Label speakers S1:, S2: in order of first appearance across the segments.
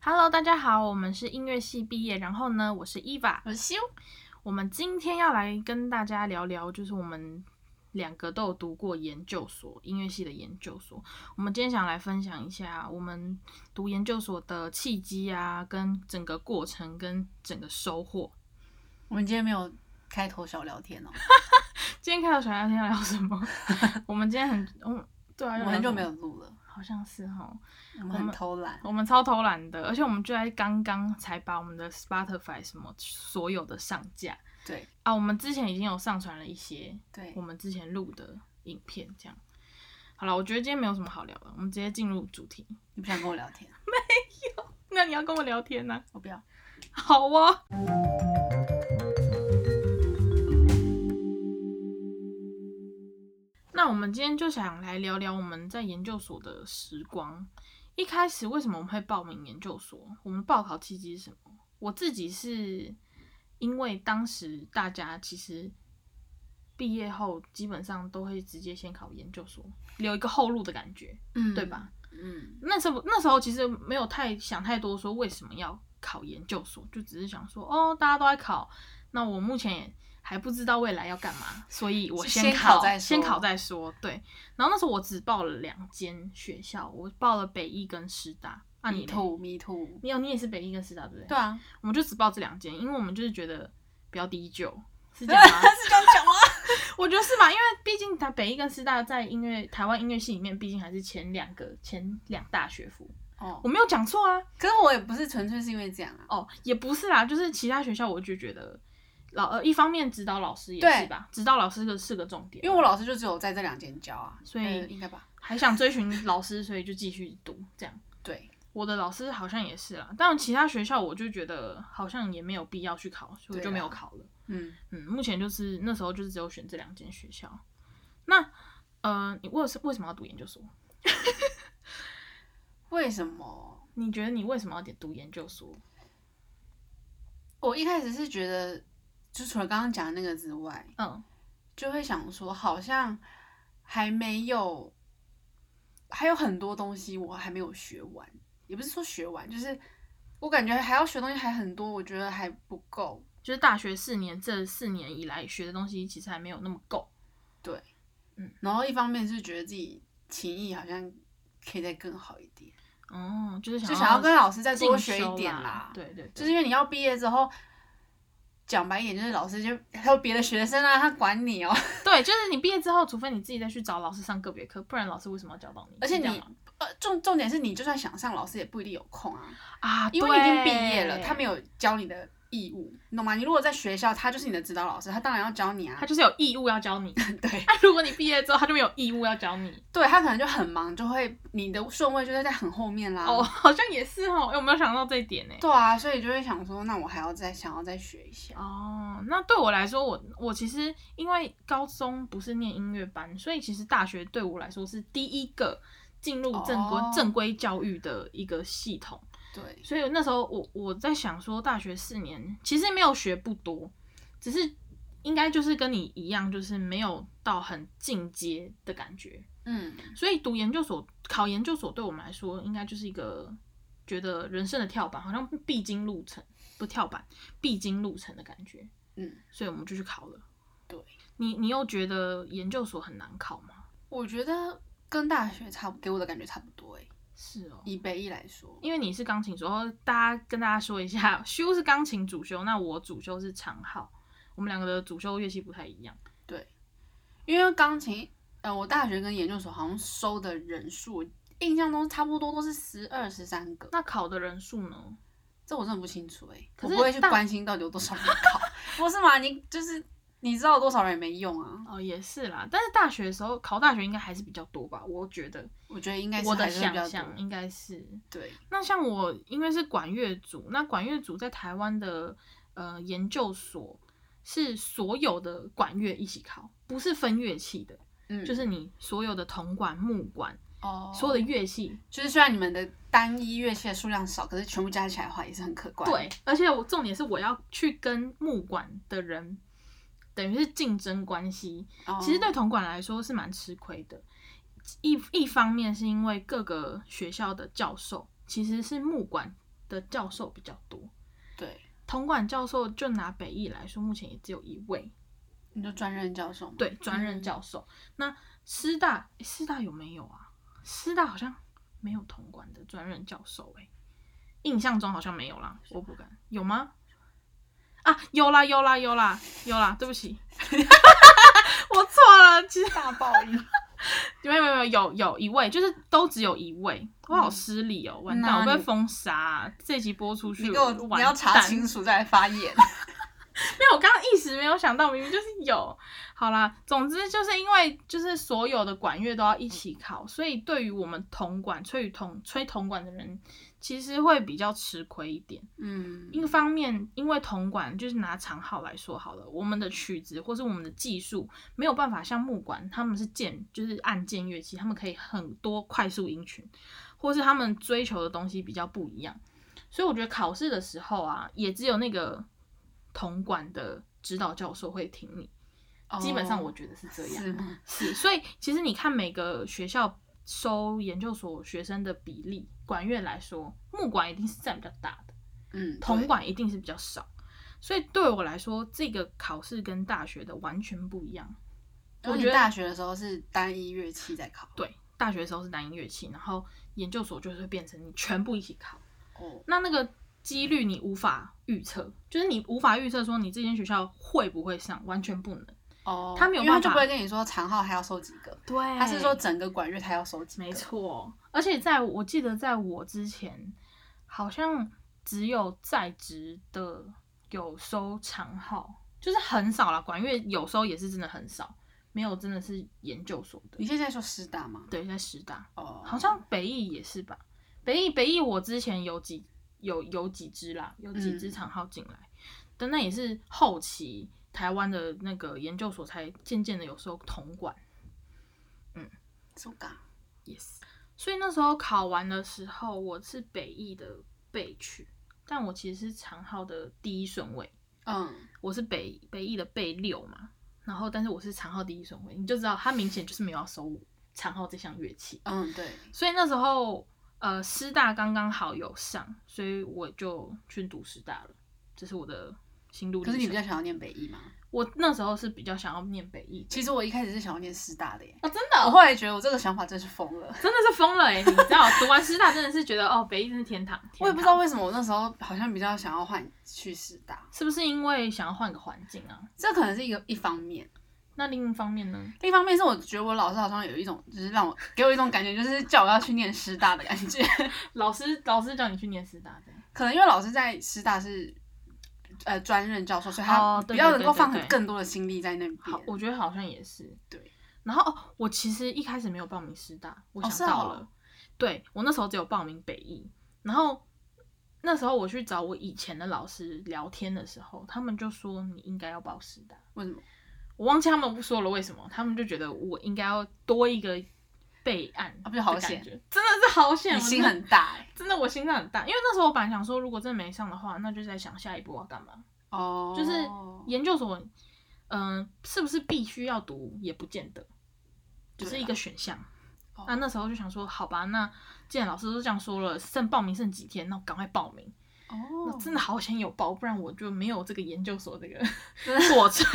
S1: Hello，大家好，我们是音乐系毕业，然后呢，我是 Eva，
S2: 我修，
S1: 我们今天要来跟大家聊聊，就是我们两个都有读过研究所，音乐系的研究所。我们今天想来分享一下我们读研究所的契机啊，跟整个过程，跟整个收获。
S2: 我们今天没有开头小聊天哦，
S1: 今天开头想聊天要聊什 么？我们今天很，嗯，对啊，
S2: 我
S1: 要
S2: 们
S1: 聊
S2: 很久
S1: 什么
S2: 没有，录了，
S1: 好像是哦哈，
S2: 我们很偷懒。
S1: 我们超偷懒的，而且我们就在刚刚才把我们的 Spotify 什么所有的上架。
S2: 对
S1: 啊，我们之前已经有上传了一些
S2: 对
S1: 我，们之前录的影片，这样。好了，我觉得今天没有什么好聊的，我们直接进入主题。
S2: 你不想跟我聊天？
S1: 那你要跟我聊天啊呢、
S2: 我不要。
S1: 好哦。那我们今天就想来聊聊我们在研究所的时光。一开始为什么我们会报名研究所？我们报考契机是什么？我自己是因为当时大家其实毕业后基本上都会直接先考研究所，留一个后路的感觉，
S2: 嗯
S1: 对吧？？
S2: 嗯，
S1: 那时候那时候其实没有太想太多，说为什么要考研究所，就只是想说哦，大家都在考，那我目前也还不知道未来要干嘛，所以我
S2: 就
S1: 先
S2: 先
S1: 考
S2: 考再说
S1: 先考再说。对，然后那时候我只报了两间学校，我报了北艺跟师大。啊你，
S2: 迷
S1: 呢？
S2: 途迷 途。
S1: 你有你也是北艺跟师大对不对？
S2: 对，啊，
S1: 我们就只报这两间，因为我们就是觉得比较低就，是这 样吗？
S2: 是这样讲吗？
S1: 我觉得是吧，因为毕竟台北艺跟师大在音乐台湾音乐系里面，毕竟还是前两个前两大学府。我
S2: 哦，
S1: 没有讲错啊，
S2: 可是我也不是纯粹是因为这样啊。
S1: 哦，也不是啦，就是其他学校我就觉得老呃，一方面指导老师也
S2: 对
S1: 是吧，指导老师是是个重点，
S2: 因为我老师就只有在这两间教啊，
S1: 所以
S2: 呃应该吧？
S1: 还想追寻老师，所以就继续读这样。
S2: 对，
S1: 我的老师好像也是啦，但其他学校我就觉得好像也没有必要去考，所以我
S2: 对
S1: 就没有
S2: 啦
S1: 考了。
S2: 嗯，
S1: 嗯，目前就是那时候就是只有选这两间学校。那呃，你为什为什么要读研究所？
S2: 为什么？
S1: 你觉得你为什么要读研究所？
S2: 我一开始是觉得，就除了刚刚讲的那个之外，
S1: 嗯，
S2: 就会想说，好像还没有，还有很多东西我还没有学完，也不是说学完，就是我感觉还要学东西还很多，我觉得还不够。
S1: 就是大学四年这四年以来学的东西其实还没有那么够。
S2: 然后一方面是觉得自己琴艺好像可以再更好一点，
S1: 哦，就是想
S2: 就想要跟老师再多
S1: 进
S2: 学
S1: 修
S2: 一点
S1: 啦
S2: 啦。。
S1: 对对，对
S2: 就是因为你要毕业之后，讲白一点，就是老师就还有别的学生啊，他管你哦。
S1: 对，就是你毕业之后，除非你自己再去找老师上个别课，不然老师为什么要教导你？
S2: 而且
S1: 是这样
S2: 你
S1: 吗
S2: 呃，重重点是你就算想上，老师也不一定有空啊。
S1: 啊，
S2: 因为你已经毕
S1: 对
S2: 业了，他没有教你的义务，你懂吗？你如果在学校，他就是你的指导老师，他当然要教你啊
S1: 他。就是有义务要教你。
S2: 对，
S1: 那如果你毕业之后，他就没有义务要教你。
S2: 对他可能就很忙，就会你的顺位就会在很后面啦。
S1: 哦，好像也是哦，哎我没有想到这一点呢。
S2: 啊对啊，所以就会想说，那我还要再想要再学一下。
S1: 哦，那对我来说，我我其实因为高中不是念音乐班，所以其实大学对我来说是第一个进入正规、
S2: 哦
S1: 正规教育的一个系统。
S2: 对，
S1: 所以那时候我我在想说，大学四年其实没有学不多，只是应该就是跟你一样，就是没有到很进阶的感觉。
S2: 嗯，
S1: 所以读研究所、考研究所对我们来说，应该就是一个觉得人生的跳板，好像必经路程，不跳板，必经路程的感觉。
S2: 嗯，
S1: 所以我们就去考了。
S2: 对，
S1: 你你又觉得研究所很难考吗？
S2: 我觉得跟大学差不，给我的感觉差不多诶、
S1: 是哦，
S2: 以北一来说，
S1: 因为你是钢琴手，哦大家跟大家说一下，修是钢琴主修，那我主修是长号，我们两个的主修乐器不太一样。
S2: 因为钢琴，呃，我大学跟研究所好像收的人数，印象中差不多都是十二、十三个。
S1: 那考的人数呢？
S2: 这我真的不清楚哎、
S1: 可
S2: 我
S1: 是
S2: 不会去
S1: 大
S2: 关心到底有多少 人考，不是嘛？你就是你知道有多少人也没用啊。
S1: 哦，也是啦，但是大学的时候考大学应该还是比较多吧，我觉得
S2: 我觉得应该是
S1: 我的
S2: 还是会比
S1: 想
S2: 较
S1: 象
S2: 多。
S1: 应该是。
S2: 对，
S1: 那像我因为是管乐组，那管乐组在台湾的呃研究所是所有的管乐一起考，不是分乐器的，
S2: 嗯，
S1: 就是你所有的铜管、木管，
S2: 哦，
S1: 所有的乐器
S2: 就是虽然你们的单一乐器的数量少，可是全部加起来的话也是很可观。
S1: 对，，而且我重点是我要去跟木管的人，等于是竞争关系。
S2: 哦、
S1: 其实对铜管来说是蛮吃亏的，一一方面是因为各个学校的教授其实是木管的教授比较多。
S2: 对，
S1: 统管教授就拿北艺来说，目前也只有一位，
S2: 你就专任教授嘛。
S1: 对，专任
S2: 嗯
S1: 教授。那师大，诶师大有没有啊？师大好像没有统管的专任教授、欸，印象中好像没有啦，我不敢，有吗？啊，有啦，有啦，有啦，有啦，对不起， 我错了，其 实
S2: 大报应。
S1: 没有没有没有有有一位，就是都只有一位，我好
S2: 嗯失
S1: 失礼哦，完蛋，
S2: 那
S1: 我被
S2: 你
S1: 封杀啊、这集播出去，
S2: 你给我，
S1: 完
S2: 你要查
S1: 蛋
S2: 清楚再来发 言。
S1: 没有，我刚刚一时没有想到，明明就是有。好啦，总之就是因为就是所有的管乐都要一起考，所以对于我们铜管吹与铜吹铜管的人，其实会比较吃亏一点。
S2: 嗯
S1: 一个方面，因为铜管就是拿长号来说好了，我们的曲子或是我们的技术没有办法像木管，他们是键就是按键乐器，他们可以很多快速音群，或是他们追求的东西比较不一样。所以我觉得考试的时候啊，也只有那个铜管的指导教授会听你，基本上我觉得是这样。
S2: 哦是吗？
S1: 是，所以其实你看每个学校收研究所学生的比例，管乐来说，木管一定是占比较大的。
S2: 嗯，
S1: 铜
S2: 对
S1: 管一定是比较少，所以对我来说，这个考试跟大学的完全不一样。
S2: 因为
S1: 我
S2: 你
S1: 觉得
S2: 大学的时候是单一乐器在考。
S1: 对，大学的时候是单一乐器，然后研究所就是会变成你全部一起考，
S2: 哦，
S1: 那那个几率你无法预测，就是你无法预测说你这间学校会不会上，完全不能。
S2: 哦，
S1: 他没有
S2: 因为
S1: 办
S2: 他就
S1: 法
S2: 不会跟你说长号还要收几个，
S1: 对，
S2: 他是说整个管乐他要收几个。
S1: 没，错，而且在我记得，在我之前，好像只有在职的有收长号，就是很少啦。管乐有时候也是真的很少，没有真的是研究所的
S2: 你。现在说师大吗？
S1: 对，在师大，
S2: 哦，
S1: 好像北艺也是吧？北艺北艺，我之前有几有有几支啦，有几支
S2: 嗯
S1: 长号进来，但那也是后期台湾的那个研究所才渐渐的有收统管。
S2: 苏港。
S1: Yes。所以那时候考完的时候，我是北艺的备取，但我其实是长号的第一顺位，
S2: 嗯，
S1: 我是北北艺的备六嘛。然后，但是我是长号第一顺位，你就知道他明显就是没有要收我长号这项乐器。
S2: 嗯，对，
S1: 所以那时候，呃，师大刚刚好有上，所以我就去读师大了，这是我的心路历
S2: 可
S1: 程。
S2: 是你比较想要念北艺吗？
S1: 我那时候是比较想要念北艺的
S2: 其实我一开始是想要念师大的耶，
S1: 哦，真的
S2: 我
S1: 哦、
S2: 后来觉得我这个想法真是疯了。
S1: 真的是疯了哎、你知道，读完师大真的是觉得哦，北艺真是天堂。天
S2: 我也不知
S1: 堂
S2: 道为什么我那时候好像比较想要换去师大，
S1: 是不是因为想要换个环境啊？
S2: 这可能是一个一方面。
S1: 那另一方面呢？
S2: 另一方面是我觉得我老师好像有一种，就是让我给我一种感觉，就是叫我要去念师大的感觉。
S1: 老师老师叫你去念师大的，
S2: 可能因为老师在师大是呃专任教授，所以他
S1: 哦对
S2: 比较
S1: 对
S2: 能
S1: 对
S2: 够
S1: 对
S2: 放
S1: 对
S2: 很更多的心力在那边。
S1: 好，我觉得好像也是
S2: 对。
S1: 然后哦，我其实一开始没有报名师大，我
S2: 哦是
S1: 想
S2: 哦
S1: 到了，对我那时候只有报名北艺，然后那时候我去找我以前的老师聊天的时候，他们就说你应该要报师大，
S2: 为什么？
S1: 我忘记他们说了为什么，他们就觉得我应该要多一个备案
S2: 啊不是好
S1: 的感
S2: 险
S1: 觉真的是好险，
S2: 你
S1: 我真
S2: 心
S1: 的
S2: 很大哎、
S1: 真的我心脏很大，因为那时候我本来想说，如果真的没上的话，那就在想下一步要干嘛。
S2: 哦，
S1: 就是研究所，嗯、是不是必须要读也不见得，只是一个选项。
S2: 啊哦
S1: 那那时候就想说，好吧，那既然老师都这样说了，剩报名剩几天，那我赶快报名。
S2: 哦
S1: 那，真的好想有报，不然我就没有这个研究所这 个
S2: 真的
S1: 过程，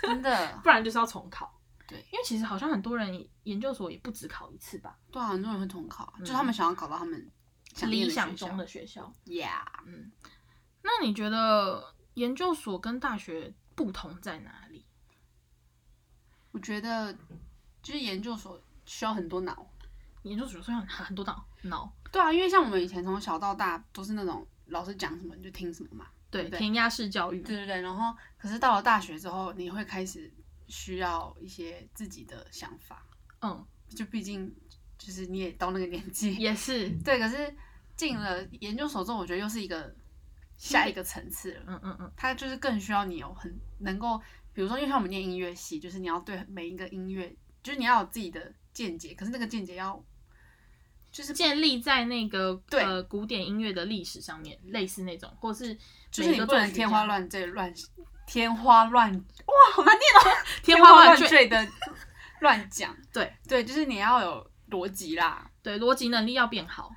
S2: 真的
S1: 不然就是要重考。
S2: 对
S1: 因为其实好像很多人研究所也不只考一次吧，
S2: 对啊，很多人会重考，
S1: 嗯
S2: 就他们想要考到他们想念
S1: 理
S2: 的学
S1: 想
S2: 校
S1: 中的学校。
S2: ，Yeah，
S1: 那你觉得研究所跟大学不同在哪里？
S2: 我觉得就是研究所需要很多脑。
S1: 研究所虽然很很多脑脑，
S2: 对啊，因为像我们以前从小到大都是那种老师讲什么你就听什么嘛。
S1: 对
S2: 对不对
S1: 填鸭式教育，
S2: 对对对，然后可是到了大学之后，你会开始需要一些自己的想法，
S1: 嗯，
S2: 就毕竟就是你也到那个年纪。
S1: 也是，
S2: 对，可是进了研究所之后，我觉得又是一个下一个层次了。
S1: 嗯嗯嗯，
S2: 它就是更需要你有很能够，比如说，因为像我们念音乐系，就是你要对每一个音乐，就是你要有自己的见解，可是那个见解要就是
S1: 建立在那个
S2: 对
S1: 呃古典音乐的历史上面，类似那种，或是
S2: 就是
S1: 每
S2: 你
S1: 个
S2: 不
S1: 作
S2: 能
S1: 曲
S2: 天
S1: 家
S2: 花乱坠乱天花乱哇，好难念哦，
S1: 天花
S2: 乱
S1: 乱坠，
S2: 坠的乱讲，
S1: 对
S2: 对，就是你要有逻辑啦，
S1: 对，逻辑能力要变好。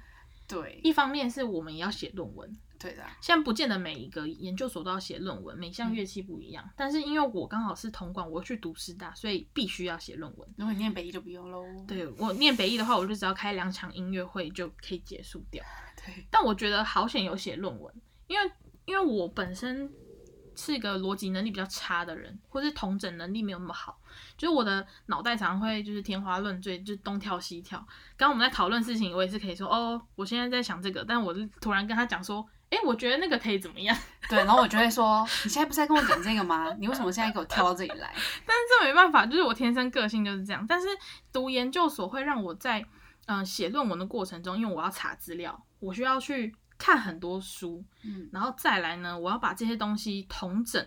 S2: 对
S1: 一方面是我们也要写论文，
S2: 对的，啊
S1: 现在不见得每一个研究所都要写论文，每
S2: 嗯
S1: 项乐器不一样。但是因为我刚好是铜管，我去读师大，所以必须要写论文。
S2: 如果你念北一就不用喽。
S1: 对我念北艺的话，我就只要开两场音乐会就可以结束掉。
S2: 对，
S1: 但我觉得好险有写论文，因为因为我本身是个逻辑能力比较差的人，或是统整能力没有那么好，就是我的脑袋常会就是天花乱坠，就是东跳西跳。刚刚我们在讨论事情，我也是可以说哦，我现在在想这个，但我就突然跟他讲说，哎，我觉得那个可以怎么样？
S2: 对，然后我就会说，你现在不是在跟我讲这个吗？你为什么现在给我跳到这里来？
S1: 但是这没办法，就是我天生个性就是这样。但是读研究所会让我在嗯、呃写论文的过程中，因为我要查资料，我需要去看很多书，
S2: 嗯，
S1: 然后再来呢，我要把这些东西统整、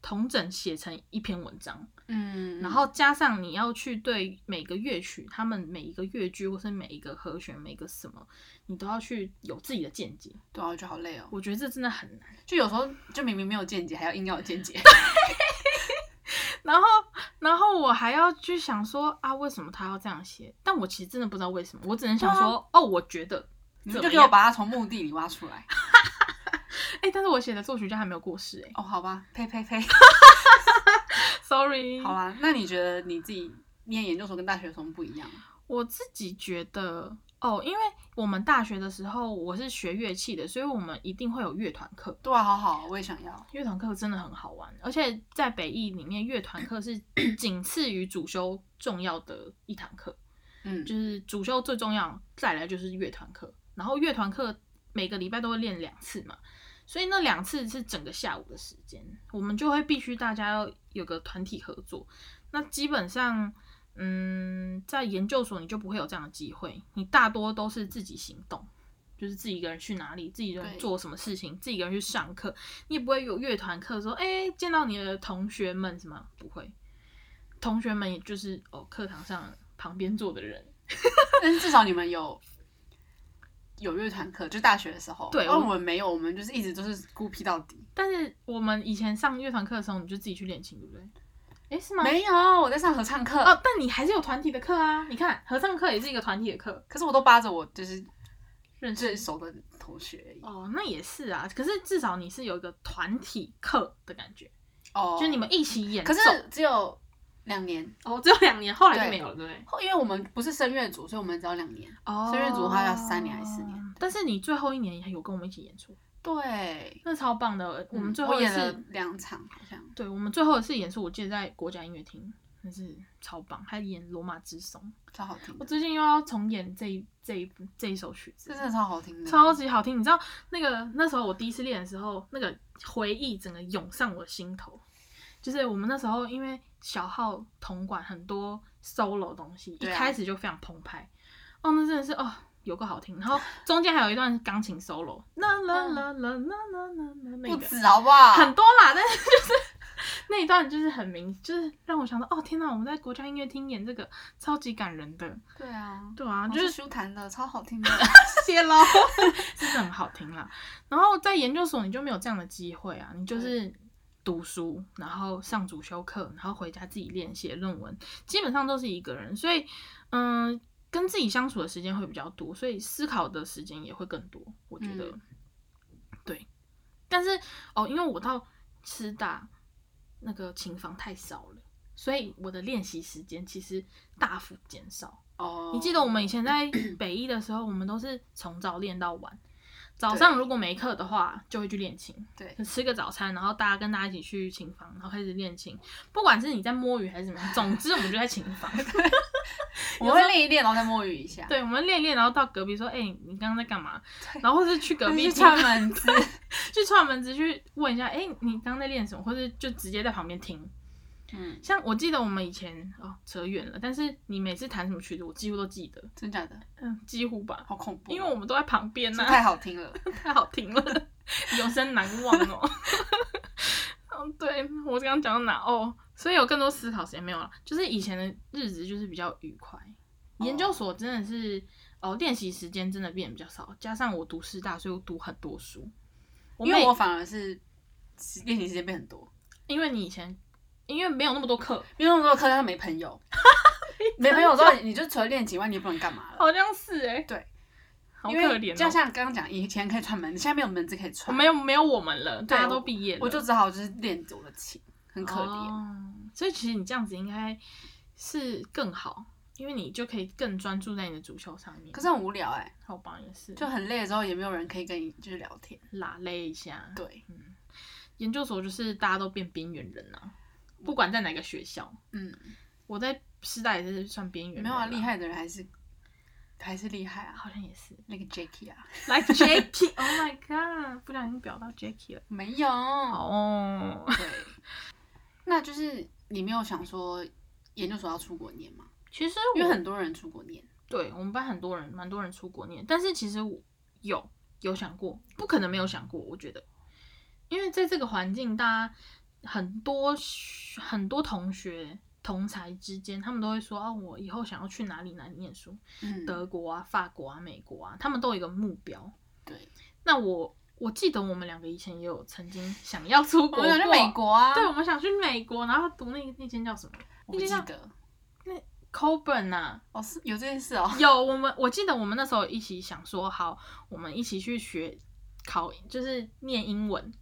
S1: 统整写成一篇文章，
S2: 嗯，
S1: 然后加上你要去对每个乐曲、他们每一个乐句或是每一个和弦、每一个什么，你都要去有自己的见解。
S2: 对啊，我觉得好累哦。
S1: 我觉得这真的很难。
S2: 就有时候就明明没有见解，还要硬要有见解。
S1: 然后，然后我还要去想说啊，为什么他要这样写？但我其实真的不知道为什么，我只能想说，哦，我觉得，
S2: 你
S1: 怎
S2: 们
S1: 么
S2: 就给我
S1: 样
S2: 把它从墓地里挖出来。
S1: 哎，但是我写的作曲家还没有过世，哎
S2: 哦，好吧，呸呸呸。
S1: ，sorry，
S2: 好啊啦，那你觉得你自己念研究所跟大学有什么不一样？
S1: 我自己觉得哦，因为我们大学的时候我是学乐器的，所以我们一定会有乐团课。
S2: 对啊，好好，我也想要。
S1: 乐团课真的很好玩，而且在北艺里面，乐团课是 仅次于主修重要的一堂课，
S2: 嗯，
S1: 就是主修最重要，再来就是乐团课。然后乐团课每个礼拜都会练两次嘛，所以那两次是整个下午的时间，我们就会必须大家要有个团体合作。那基本上，嗯，在研究所你就不会有这样的机会，你大多都是自己行动，就是自己一个人去哪里，自己一个人
S2: 对
S1: 做什么事情，自己一个人去上课，你也不会有乐团课说，哎、见到你的同学们什么，不会，同学们也就是哦，课堂上旁边坐的人，
S2: 但是至少你们有有乐团课，就大学的时候。
S1: 对
S2: 而
S1: 我
S2: 我们没有，我们就是一直都是孤僻到底。
S1: 但是我们以前上乐团课的时候，你就自己去练琴，对不对？哎，是吗？
S2: 没有，我在上合唱课，
S1: 哦，但你还是有团体的课啊！你看，合唱课也是一个团体的课，
S2: 可是我都扒着我就是
S1: 认识
S2: 最熟的同学而已。
S1: 哦，那也是啊。可是至少你是有一个团体课的感觉，
S2: 哦
S1: 就你们一起演奏。
S2: 可是只有两年
S1: 哦，只有两年，后来就没有了，对不对？
S2: 后，哦因为我们不是声乐组，所以我们只有两年。
S1: 哦
S2: 所以认组的话要三年还是四年
S1: 但是你最后一年有跟我们一起演出，
S2: 对，
S1: 那超棒的。我们最后
S2: 嗯我
S1: 一
S2: 演
S1: 次，
S2: 了两场，好像。
S1: 对我们最后一次演出，我记得在国家音乐厅，那是超棒，还演《罗马之颂》。
S2: 超好听
S1: 我
S2: 的，
S1: 最近又要重演这一这一部这一首曲子
S2: 这，真的超好听的，
S1: 超级好听。你知道那个那时候我第一次练的时候，那个回忆整个涌上我的心头。就是我们那时候因为小号铜管很多 solo 的东西，一
S2: 对啊
S1: 开始就非常澎湃。哦，那真的是哦。有个好听，然后中间还有一段钢琴 solo，啦啦啦啦啦啦啦啦，那
S2: 不
S1: 个
S2: 止好不好？
S1: 很多啦，但是就是 那一段就是很明，就是让我想到，哦天哪，我们在国家音乐厅演这个，超级感人的。
S2: 对啊，
S1: 对啊，
S2: 我
S1: 就是是
S2: 舒弹的，超好听 的。
S1: 谢喽，真的很好听啦。然后在研究所你就没有这样的机会啊，你就是读书，然后上主修课，然后回家自己练写论文，基本上都是一个人，所以嗯、跟自己相处的时间会比较多，所以思考的时间也会更多，我觉得、
S2: 嗯
S1: 对。但是哦，因为我到师大那个琴房太少了，所以我的练习时间其实大幅减少。
S2: 哦
S1: 你记得我们以前在北一的时候，我们都是从早练到晚。早上如果没课的话，就会去练琴，
S2: 对
S1: 就吃个早餐，然后大家跟大家一起去琴房，然后开始练琴。不管是你在摸鱼还是怎么样，总之我们就在琴 房。
S2: 我们会练一练，然后再摸鱼一下，
S1: 对，我们练一练，然后到隔壁说：“哎、你刚刚在干嘛？”
S2: 对
S1: 然后或是去隔
S2: 但
S1: 壁
S2: 是去
S1: 听
S2: 串门子。
S1: 去串门子去问一下：“哎、你刚刚在练什么？”或是就直接在旁边听。
S2: 嗯，
S1: 像我记得我们以前哦扯远了，但是你每次弹什么曲子，我几乎都记得，
S2: 真假的，
S1: 嗯，几乎吧，
S2: 好恐怖哦，
S1: 因为我们都在旁边啊
S2: 是
S1: 呢、
S2: 不是太好听了。
S1: 太好听 了，永生难忘 哦。嗯，对我刚刚讲到哪哦，所以有更多思考时间没有了。就是以前的日子就是比较愉快，
S2: 哦
S1: 研究所真的是哦，练习时间真的变得比较少，加上我读师大，所以我读很多书。 我
S2: 因
S1: 每
S2: 为我反而是练习时间变很多，
S1: 因为你以前因为没有那么多课，
S2: 因为那么多课他没朋 友，没朋友之后你就除了练琴外，你也不能干嘛了。
S1: 好像是哎、
S2: 对，
S1: 好
S2: 因
S1: 可怜
S2: 为
S1: 哦
S2: 就像刚刚讲，以前可以穿门，现在没有门子可以
S1: 我
S2: 穿，
S1: 没有没有我们了，
S2: 对
S1: 大家都毕业了，
S2: 我就只好就是练我的琴，很可怜。
S1: 哦所以其实你这样子应该是更好，因为你就可以更专注在你的足球上面。
S2: 可是很无聊哎、
S1: 好吧，也是
S2: 就很累的时候也没有人可以跟你就是聊天。
S1: 拉勒一下。
S2: 对，
S1: 研究所就是大家都变边缘人啊，不管在哪个学校，
S2: 嗯，
S1: 我在师大也是算边缘人，
S2: 没有啊，厉，害的人还是还是厉害啊。
S1: 好像也是。
S2: 那个 Jacky 啊，
S1: Like Jackie，Oh my god，不小心表到 Jackie 了。
S2: 没有。
S1: 哦，
S2: 对， 那就是你没有想说研究所要出国念吗？
S1: 其实
S2: 因
S1: 我
S2: 为很多人出国念，
S1: 对我们班很多人，蛮多人出国念，但是其实我有有想过，不可能没有想过，我觉得，因为在这个环境，大家很多学很多同学同才之间，他们都会说啊，我以后想要去哪里哪里念书，
S2: 嗯，
S1: 德国啊、法国啊、美国啊，他们都有一个目标。
S2: 对，
S1: 那我我记得我们两个以前也有曾经想要出
S2: 我
S1: 国，
S2: 们想去美，国啊，
S1: 对，我们想去美国，然后读那个那间叫什么
S2: 我不记
S1: 那
S2: 得，
S1: Coburn 啊，
S2: 哦，是有这件事哦，
S1: 有我们，我记得我们那时候一起想说，好，我们一起去学考，就是念英文。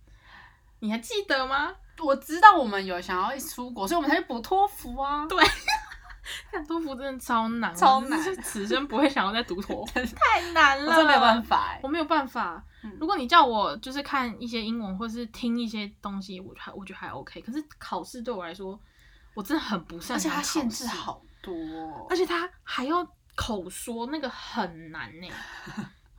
S1: 你还记得吗？
S2: 我知道我们有想要出国，所以我们才去补托福啊，对，
S1: 看托福真的超难，
S2: 超
S1: 我就是
S2: 难
S1: 此生不会想要再读 托福，太难
S2: 我
S1: 了，
S2: 真的没有办，法哎
S1: 我，没有办法
S2: 嗯。
S1: 如果你叫我就是看一些英文或是听一些东西，我还我觉得还 OK。可是考试对我来说，我真的很不擅
S2: 而且
S1: 长
S2: 它
S1: 考试，
S2: 限制好多哦，
S1: 而且他还要口说，那个很难 呢、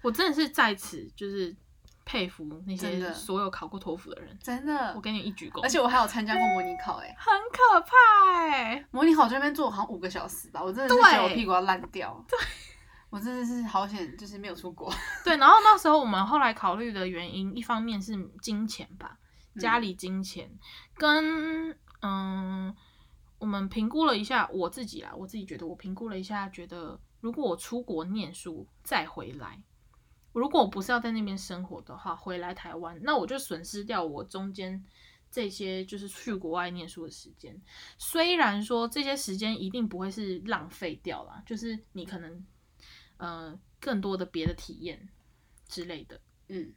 S1: 我真的是在此就是佩服那
S2: 真
S1: 些
S2: 的
S1: 所有考过托福的人，
S2: 真的
S1: 我，给你一鞠躬。
S2: 而且我还有参加过模拟考哎，
S1: 很可怕哎、
S2: 模拟考这边坐好像五个小时吧，我真的是
S1: 对
S2: 觉得我屁股要烂掉，对，我真的是好险，就是没有出国，
S1: 对，然后那时候我们后来考虑的原因，一方面是金钱吧，家里金钱、跟嗯，我们评估了一下我自己啦，我自己觉得我评估了一下，觉得如果我出国念书再回来，如果我不是要在那边生活的话，回来台湾，那我就损失掉我中间这些就是去国外念书的时间。虽然说这些时间一定不会是浪费掉啦，就是你可能呃更多的别的体验之类的。
S2: 嗯，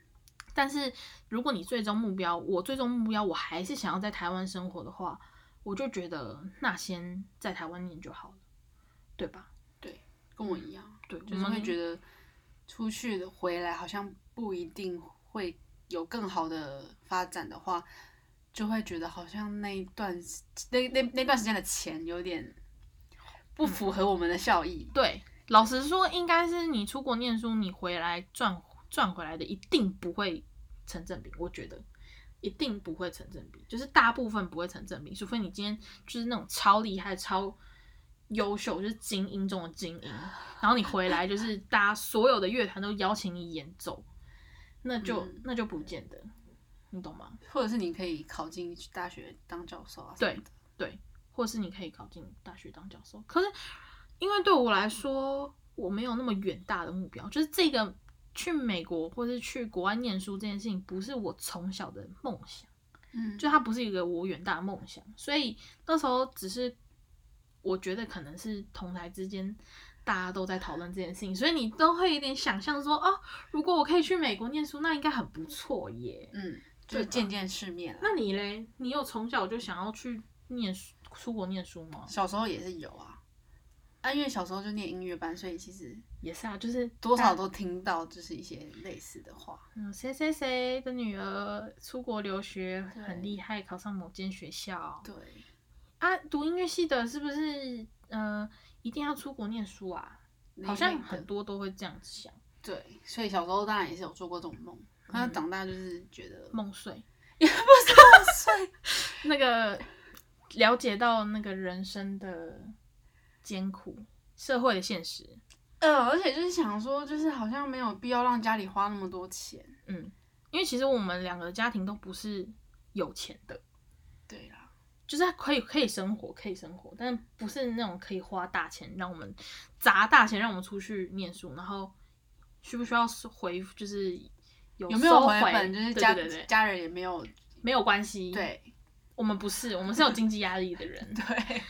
S1: 但是如果你最终目标，我最终目标我还是想要在台湾生活的话，我就觉得那先在台湾念就好了，对吧？
S2: 跟我一样。
S1: 对，
S2: 就
S1: 我
S2: 是
S1: 们
S2: 会觉得出去的回来好像不一定会有更好的发展的话，就会觉得好像那一段时那那那段时间的钱有点不符合我们的效益。
S1: 对，老实说，应该是你出国念书，你回来赚赚回来的一定不会成正比，我觉得一定不会成正比，就是大部分不会成正比，除非你今天就是那种超厉害、超优秀，就是精英中的精英，然后你回来就是大家所有的乐团都邀请你演奏，那就、
S2: 嗯
S1: 那就不见得，你懂吗？
S2: 或者是你可以考进大学当教授啊什么的，
S1: 对，或是你可以考进大学当教授。可是因为对我来说，我没有那么远大的目标，就是这个去美国或是去国外念书这件事情，不是我从小的梦想，
S2: 嗯，
S1: 就它不是一个我远大的梦想，所以那时候只是我觉得可能是同台之间。大家都在讨论这件事情，所以你都会有点想象说，哦，如果我可以去美国念书，那应该很不错耶。
S2: 嗯，就
S1: 对吧
S2: 见见世面啊啦。
S1: 那你嘞？你有从小就想要去念书、出国念书吗？
S2: 小时候也是有啊，啊，因为小时候就念音乐班，所以其实
S1: 也是啊，就是
S2: 多少都听到就是一些类似的话。
S1: 嗯，谁谁谁的女儿出国留学
S2: 对
S1: 很厉害，考上某间学校
S2: 对，
S1: 啊，读音乐系的是不是呃一定要出国念书啊？好
S2: 那
S1: 像
S2: 一类的
S1: 很多都会这样子想，
S2: 对，所以小时候当然也是有做过这种梦，可是长大就是觉得
S1: 梦碎
S2: 也不是 梦碎，
S1: 那个了解到那个人生的艰苦，社会的现实，
S2: 嗯，而且就是想说，就是好像没有必要让家里花那么多钱。
S1: 嗯，因为其实我们两个家庭都不是有钱的，
S2: 对啦，
S1: 就是可以可以生活，可以生活，但不是那种可以花大钱让我们砸大钱让我们出去念书，然后需不需要回就是有
S2: 有没有
S1: 收
S2: 回本？就是家
S1: 对对对对
S2: 家人也没有，
S1: 没有关系。，
S2: 对
S1: 我们不是，我们是有经济压力的人，
S2: 对，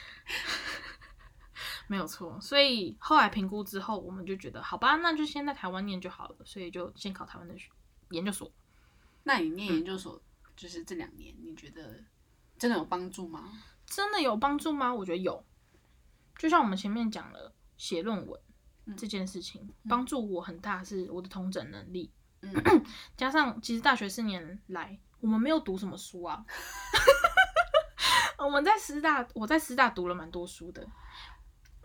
S1: 没有错。所以后来评估之后，我们就觉得好吧，那就先在台湾念就好了，所以就先考台湾的学研究所。
S2: 那你念研究所，就是这两年，你觉得真的有帮助吗？
S1: 真的有帮助吗？我觉得有。就像我们前面讲了写论文
S2: 嗯
S1: 这件事情，帮助我很大是我的统整能力，
S2: 嗯，
S1: 加上其实大学四年来我们没有读什么书啊。 我们在师大，我在师大读了蛮多书的。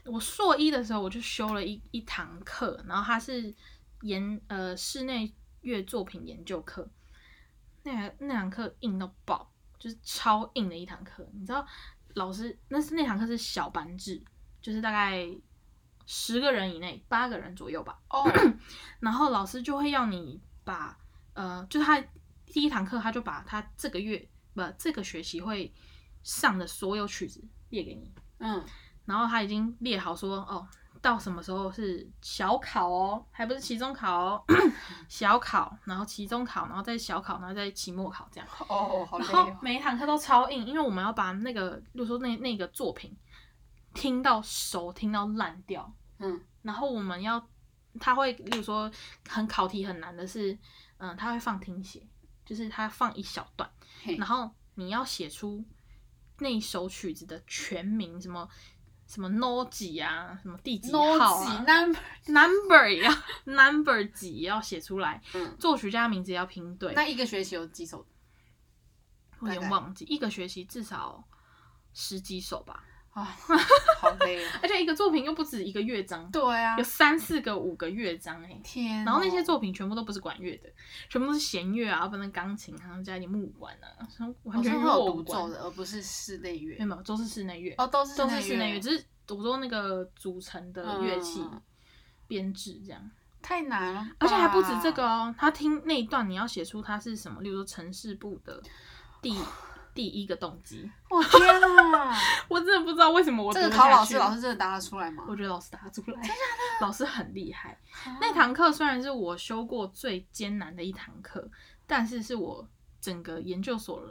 S1: 我硕一的时候我就修了一一堂课，然后它是研呃室内乐作品研究课，那那堂课硬到爆，就是超硬的一堂课。你知道老师那是那堂课是小班制，就是大概十个人以内，八个人左右吧。
S2: 哦，
S1: 然后老师就会要你把呃，就他第一堂课他就把他这个月不这个学期会上的所有曲子列给你，
S2: 嗯，
S1: 然后他已经列好说哦，到什么时候是小考哦，还不是期中考哦， 小考，然后期中考，然后再小考，然后再期末考这样。
S2: 哦，好累
S1: 然后
S2: 哦。
S1: 每一堂课都超硬，因为我们要把那个，比如说那那个作品听到熟，听到烂掉，
S2: 嗯
S1: 然后我们要，他会，例如说很考题很难的是，嗯，他会放听写，就是他放一小段
S2: 嘿，
S1: 然后你要写出那一首曲子的全名，什么什么 no 几啊，什么第几号
S2: ，no
S1: 啊
S2: 几 number，
S1: ，number 也要 number 几也要写出来，
S2: 嗯，
S1: 作曲家名字也要拼对，
S2: 那一个学期有几首？
S1: 我有
S2: 大
S1: 点
S2: 概
S1: 忘记，一个学期至少十几首吧，
S2: 啊，好 累哦。
S1: 而且一个作品又不止一个乐章，
S2: 对啊
S1: 有，三四个、五个乐章哎、
S2: 天哦。
S1: 然后那些作品全部都不是管乐的，全部都是弦乐啊，不然钢琴，然后加一点木管啊，完
S2: 好
S1: 全
S2: 像
S1: 与
S2: 哦会有
S1: 我
S2: 独
S1: 无
S2: 奏
S1: 关。
S2: 的，而不是室内乐
S1: 没有。没有，都是室内乐，
S2: 哦，都是
S1: 都是室内
S2: 内
S1: 乐，只是我说那个组成的乐器
S2: 嗯
S1: 编制这样，
S2: 太难了吧，
S1: 而且还不止这个哦，他听那一段你要写出它是什么，例如说城市部的第
S2: 哦
S1: 第一个动机，
S2: 我天啊！
S1: 我真的不知道为什么 我
S2: 这
S1: 读
S2: 个
S1: 得
S2: 考
S1: 下
S2: 老师，
S1: 去
S2: 老师真的答得出来吗？
S1: 我觉得老师答出来，老师很厉害。
S2: 啊
S1: 那堂课虽然是我修过最艰难的一堂课，但是是我整个研究所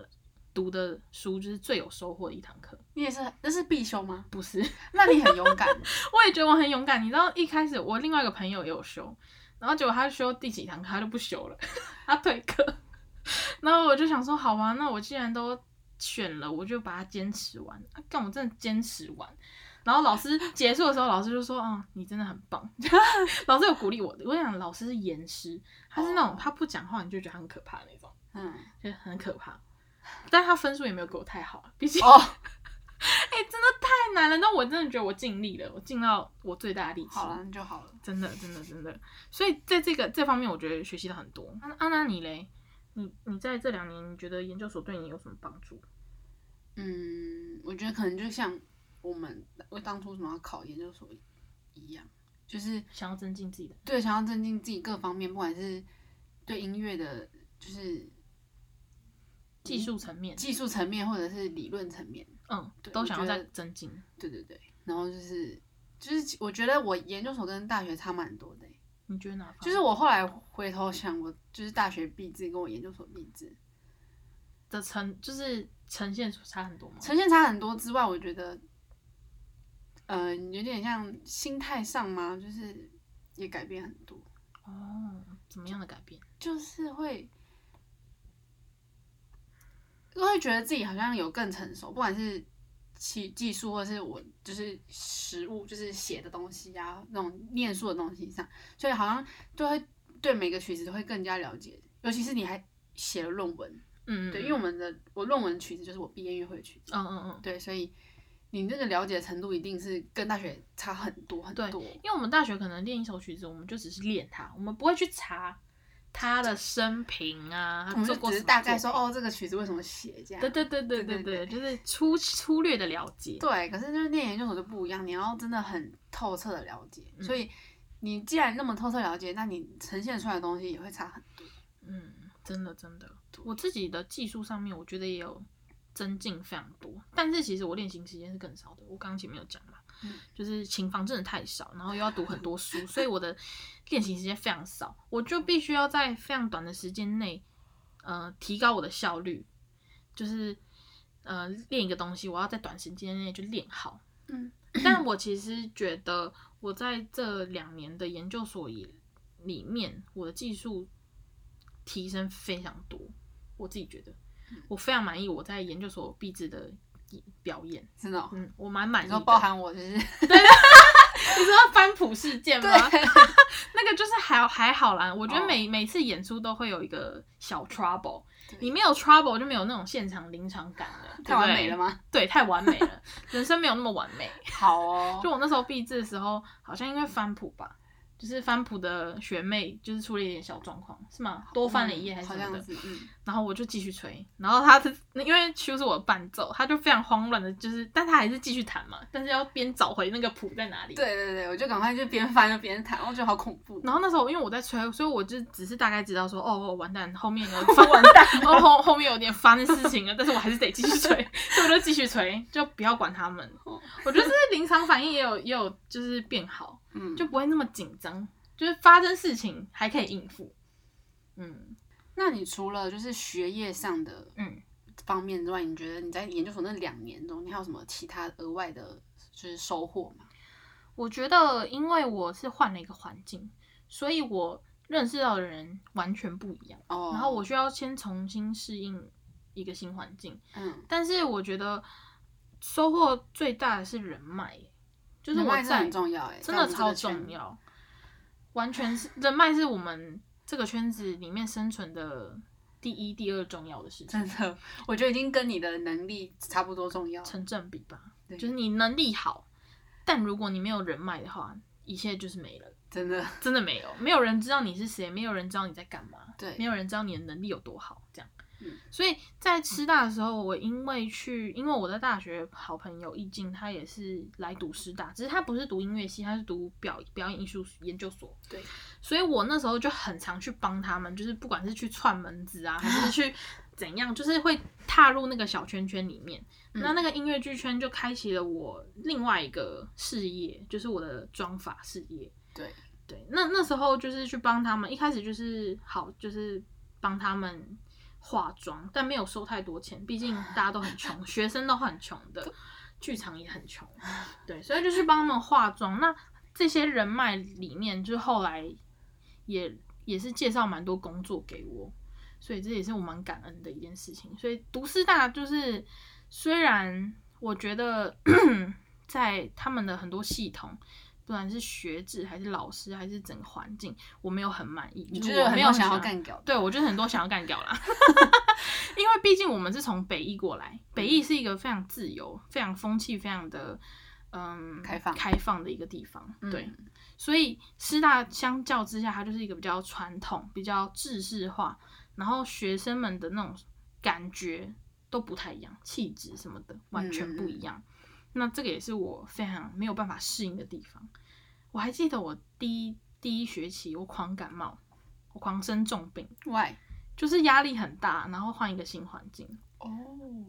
S1: 读的书就是最有收获的一堂课。
S2: 你也是，那是必修吗？
S1: 不是，
S2: 那你很勇 敢，
S1: 我也觉得我很勇敢。你知道一开始我另外一个朋友也有修，然后结果他修第几堂课他就不修了， 他退课。然后我就想说，好吧，那我既然都选了，我就把它坚持完。啊，干，我真的坚持完。然后老师结束的时候，老师就说：“嗯，你真的很棒。” 老师有鼓励我的。我想老师是严师，他是那种
S2: 哦
S1: 他不讲话你就觉得他很可怕的那种，
S2: 嗯，
S1: 就是很可怕。但他分数也没有给我太好，毕竟
S2: 哦，
S1: 哎、真的太难了。但我真的觉得我尽力了，我尽到我最大的力气。
S2: 好啊了，那就好了。
S1: 真的，真的，真的。所以在这个这方面，我觉得学习了很多。安、安娜，你嘞？你你在这两年，你觉得研究所对你有什么帮助？
S2: 嗯，我觉得可能就像我们我当初什么要考研究所一样，就是
S1: 想要增进自己的？
S2: 对想要增进自己各方面，不管是对音乐的，就是
S1: 嗯技术层面，
S2: 技术层面或者是理论层面，
S1: 嗯，
S2: 对
S1: 都
S2: 我
S1: 想要
S2: 觉
S1: 再
S2: 得
S1: 增进。
S2: 对对对。然后就是就是，我觉得我研究所跟大学差蛮多的欸、
S1: 你觉得哪方面？
S2: 就是我后来回头想，我就是大学毕制跟我研究所毕制
S1: 的呈，就是呈现出差很多吗？
S2: 呈现差很多之外，我觉得，呃，有点像心态上嘛，就是也改变很多，
S1: 哦，怎么样的改变？
S2: 就是会会觉得自己好像有更成熟，不管是技技术或是我就是实物，就是写的东西啊，那种念书的东西上，所以好像就会对每个曲子都会更加了解，尤其是你还写了论文，
S1: 嗯，
S2: 对，因为我们的我论文的曲子就是我毕业音乐会的曲子。
S1: 嗯嗯
S2: 对，所以你那个了解程度一定是跟大学差很多很
S1: 对
S2: 多。
S1: 嗯，因为我们大学可能练一首曲子，我们就只是练它，我们不会去查他的生平啊，
S2: 我
S1: 他
S2: 们
S1: 做
S2: 就
S1: 过
S2: 只
S1: 什
S2: 是
S1: 么
S2: 大概
S1: 作
S2: 说
S1: 品。
S2: 哦，这个曲子为什么写这样？
S1: 对对对对对
S2: 对
S1: 对，
S2: 对
S1: 就是粗粗略的了解。
S2: 对可是就是念研究所就不一样，你要真的很透彻的了解。所以你既然那么透彻了解，那你呈现出来的东西也会差很多。
S1: 嗯，真的真的，我自己的技术上面，我觉得也有增进非常多，但是其实我练琴时间是更少的。我刚刚前面有讲嘛，
S2: 嗯
S1: 就是琴房真的太少，然后又要读很多书，所以我的练琴时间非常少，我就必须要在非常短的时间内，呃，提高我的效率，就是呃练一个东西，我要在短时间内就练好。
S2: 嗯，
S1: 但我其实觉得我在这两年的研究所也里面，我的技术提升非常多，我自己觉得
S2: 嗯
S1: 我非常满意我在研究所毕制的表演，
S2: 真的哦、
S1: 嗯，我蛮满
S2: 你
S1: 意
S2: 说
S1: 的。
S2: 包含我就是
S1: 你知道翻谱事件吗？
S2: 对
S1: 那个就是还还好啦，我觉得
S2: 哦
S1: 每、每次演出都会有一个小 trouble，
S2: 对
S1: 你没有 trouble 就没有那种现场临场感了，对
S2: 太
S1: 不
S2: 完
S1: 对
S2: 美了？ 吗？
S1: 对，太完美了，人生没有那么完美。
S2: 好哦，
S1: 就我那时候毕制的时候，好像因为翻谱吧，就是翻谱的学妹就是出了一点小状况，是吗？多翻了一页还是
S2: 好
S1: 什么
S2: 像
S1: 的，
S2: 是嗯，
S1: 然后我就继续吹，然后他是因为秋是我的伴奏，他就非常慌乱的，就是但他还是继续弹嘛，但是要边找回那个谱在哪里。
S2: 对对对，我就赶快就边翻就边弹，我觉得好恐怖，哦
S1: 然后那时候因为我在吹，所以我就只是大概知道说，哦，哦完蛋，后 面有
S2: 完蛋了，
S1: 哦后后面有点烦的事情了，但是我还是得继续吹，所以我就继续吹，就不要管他们。
S2: 哦
S1: 我觉得这是临场反应也有也有就是变好，
S2: 嗯，
S1: 就
S2: 就
S1: 不会那么紧张，就是发生事情还可以应付。嗯
S2: 那你除了就是学业上的
S1: 嗯，
S2: 方面之外，你觉得你在研究所那两年中，你还有什么其他额外的，就是收获吗？
S1: 我觉得因为我是换了一个环境，所以我认识到的人完全不一样，
S2: 哦，
S1: 然后我需要先重新适应一个新环境。
S2: 嗯，
S1: 但是我觉得收获最大的是人脉耶，就是
S2: 人
S1: 我
S2: 脉
S1: 在
S2: 很重要哎，
S1: 真
S2: 在我
S1: 的
S2: 们这
S1: 超
S2: 个圈
S1: 重。要，完全是人脉是我们这个圈子里面生存的第一、第二重要的事情，
S2: 真的，我觉得已经跟你的能力差不多重要。
S1: 成正比吧。
S2: 对
S1: 就是你能力好，但如果你没有人脉的话，一切就是没了，
S2: 真的，
S1: 真的没有，没有人知道你是谁，没有人知道你在干嘛，
S2: 对
S1: 没有人知道你的能力有多好，这样
S2: 嗯。
S1: 所以在师大的时候，我因为去，因为我在大学好朋友易静，他也是来读师大，只是他不是读音乐系，他是读表表演艺术研究所。
S2: 对，
S1: 所以我那时候就很常去帮他们，就是不管是去串门子 啊，还是去怎样，就是会踏入那个小圈圈里面。
S2: 嗯
S1: 那那个音乐剧圈就开启了我另外一个事业，就是我的妆发事业。
S2: 对
S1: 对，那那时候就是去帮他们，一开始就是好，就是帮他们化妆，但没有收太多钱，毕竟大家都很穷，学生都很穷的，剧场也很穷，对，所以就去帮他们化妆。那这些人脉里面，就是后来也也是介绍蛮多工作给我，所以这也是我蛮感恩的一件事情。所以读师大就是，虽然我觉得 在他们的很多系统，不管是学制还是老师还是整个环境，我没有很满意，
S2: 你
S1: 就
S2: 就是是
S1: 我
S2: 很
S1: 没
S2: 多
S1: 有
S2: 想要干掉的，
S1: 对，我觉得很多想要干掉啦， 因为毕竟我们是从北艺过来，北艺是一个非常自由、非常风气、非常的嗯
S2: 开放
S1: 开放的一个地方，
S2: 嗯
S1: 对，所以师大相较之下，它就是一个比较传统、比较制式化，然后学生们的那种感觉都不太一样，气质什么的完全不
S2: 嗯
S1: 一样。那这个也是我非常没有办法适应的地方。我还记得我第一第一学期我狂感冒，我狂生重病，
S2: ，why？
S1: 就是压力很大，然后换一个新环境。
S2: 哦，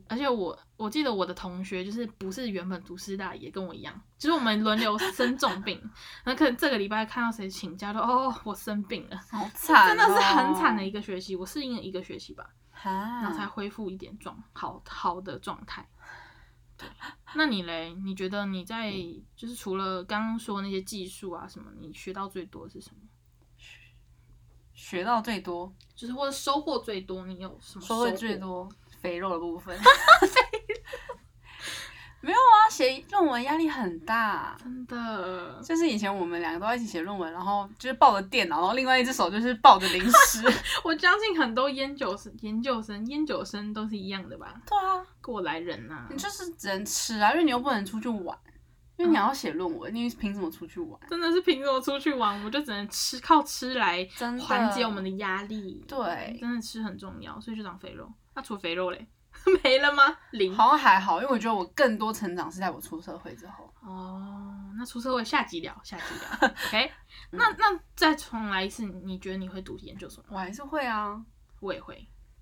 S1: 而且我我记得我的同学就是不是原本读师大也跟我一样，就是我们轮流生重病， 然后可能这个礼拜看到谁请假就哦我生病了，
S2: 好惨哦，啊
S1: 真的是很惨的一个学期，我适应了一个学期吧，
S2: 哈，
S1: 然后才恢复一点状好好的状态。对，那你嘞？你觉得你在
S2: 嗯
S1: 就是除了刚刚说那些技术啊什么，你学到最多的是什么？
S2: 学到最多，
S1: 就是或者收获最多，你有什么
S2: 收获
S1: 获
S2: 最？多肥肉的部分。 没有啊，写论文压力很大。
S1: 真的，
S2: 就是以前我们两个都在一起写论文，然后就是抱着电脑，然后另外一只手就是抱着零 食。
S1: 我相信很多研究生、研究生、研究生都是一样的吧，
S2: 对啊，
S1: 过来人呐、
S2: 你就是只能吃啊，因为你又不能出去玩，
S1: 嗯
S2: 因为你要写论文，你凭什么出去玩？
S1: 真的是凭什么出去玩，我们就只能吃靠吃来
S2: 真的
S1: 缓解我们的压力。
S2: 对
S1: 真的吃很重要，所以就长肥肉。那、除了肥肉嘞， 没了吗？零。
S2: 好像还好，因为我觉得我更多成长是在我出社会之后。
S1: 哦，那出社会下集聊，下集 聊。OK，那
S2: 嗯
S1: 那再重来一次，你觉得你会读研究所吗？
S2: 我还是会啊，
S1: 我也会，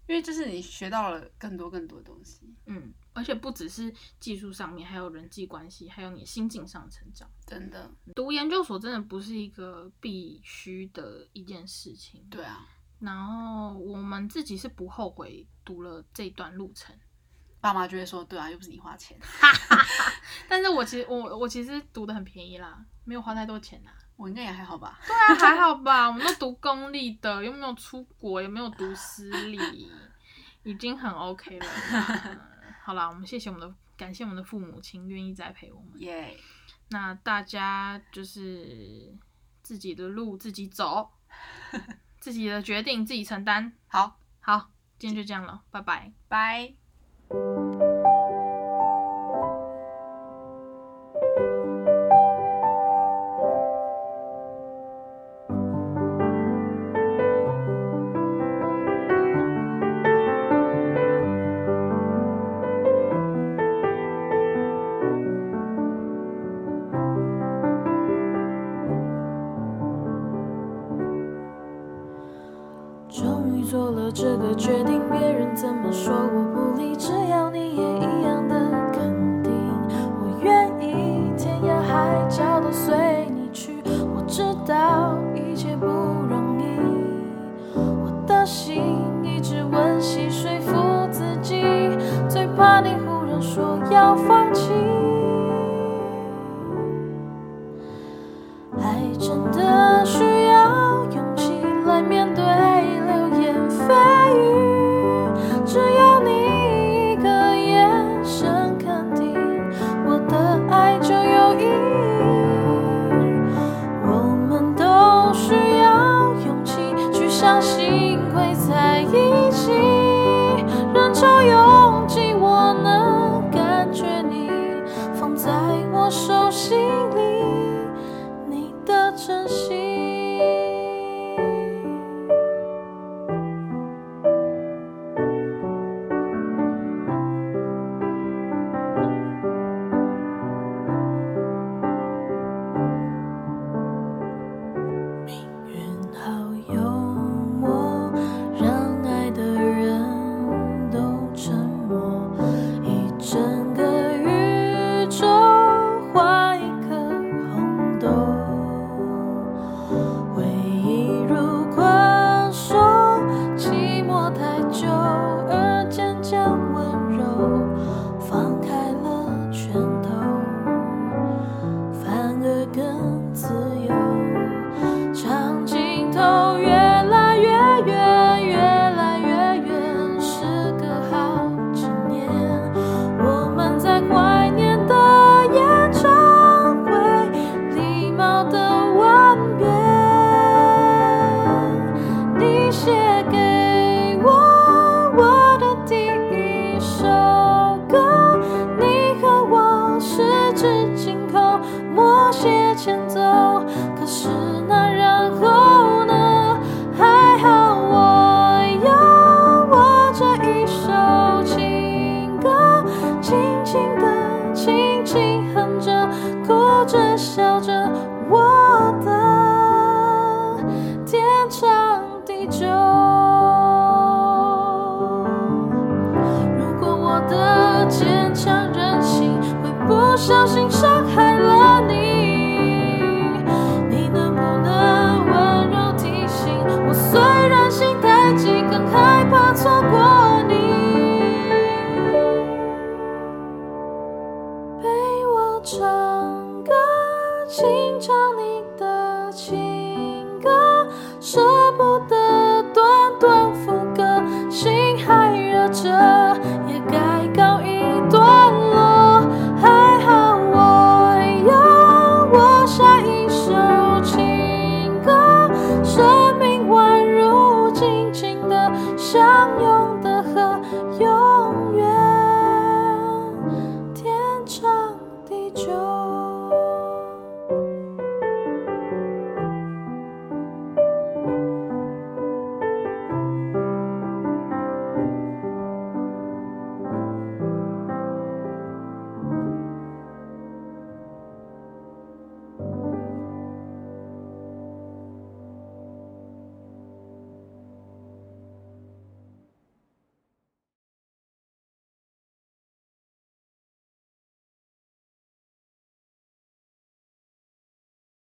S2: 因为就是你学到了更多更多的东西。
S1: 嗯，而且不只是技术上面，还有人际关系，还有你心境上的成长。
S2: 真的，
S1: 读研究所真的不是一个必须的一件事情。
S2: 对啊，
S1: 然后我们自己是不后悔读了这段路程，
S2: 爸妈就会说，对啊，又不是你花钱。
S1: 但是我其实我我其实读的很便宜啦，没有花太多钱啦。啊
S2: 我应该也还好吧。
S1: 对啊，还好吧，我们都读公立的，又没有出国，也没有读私立，已经很 OK 了啦。 好啦，我们谢谢我们的，感谢我们的父母亲愿意栽培我们。
S2: 耶、
S1: 那大家就是自己的路自己走，自己的决定自己承担。
S2: 好，
S1: 好，今天就这样了，拜拜。
S2: 拜。
S3: 终于做了这个决定，别人怎么说我不理，只要你也一样的肯定，我愿意天涯海角都随你去。我知道一切不容易，我的心一直温习说服自己，最怕你忽然说要放弃。爱真的需要勇气来面对流言蜚语，只要你一个眼神肯定，我的爱就有意义。我们都需要勇气去相信会在一起，人潮拥挤，我能感觉你放在我手心里。你的真心。命运好幽默，让爱的人都沉默。一整个宇宙画一颗红豆，回忆如困兽，寂寞太久而渐渐温柔，放开了拳头，反而更自由。长镜头越来越远，越来越远，是个好执念。我们在怀念的演唱会，礼貌的吻别。你写给我我的第一首歌，你和我十指紧扣，默写前奏。可是那然后呢？还好我有我这一首情歌，轻轻的，轻轻哼着，哭着笑着，我的天长地久。如果我的坚强任性会不小心伤害了你，你能不能温柔提醒我？虽然心太急，更害怕错过你。陪我唱歌，请唱你的情歌，舍不得短短副歌，心还热着，也该告一段落。还好我有我下一首情歌，生命宛如静静的相拥的河，拥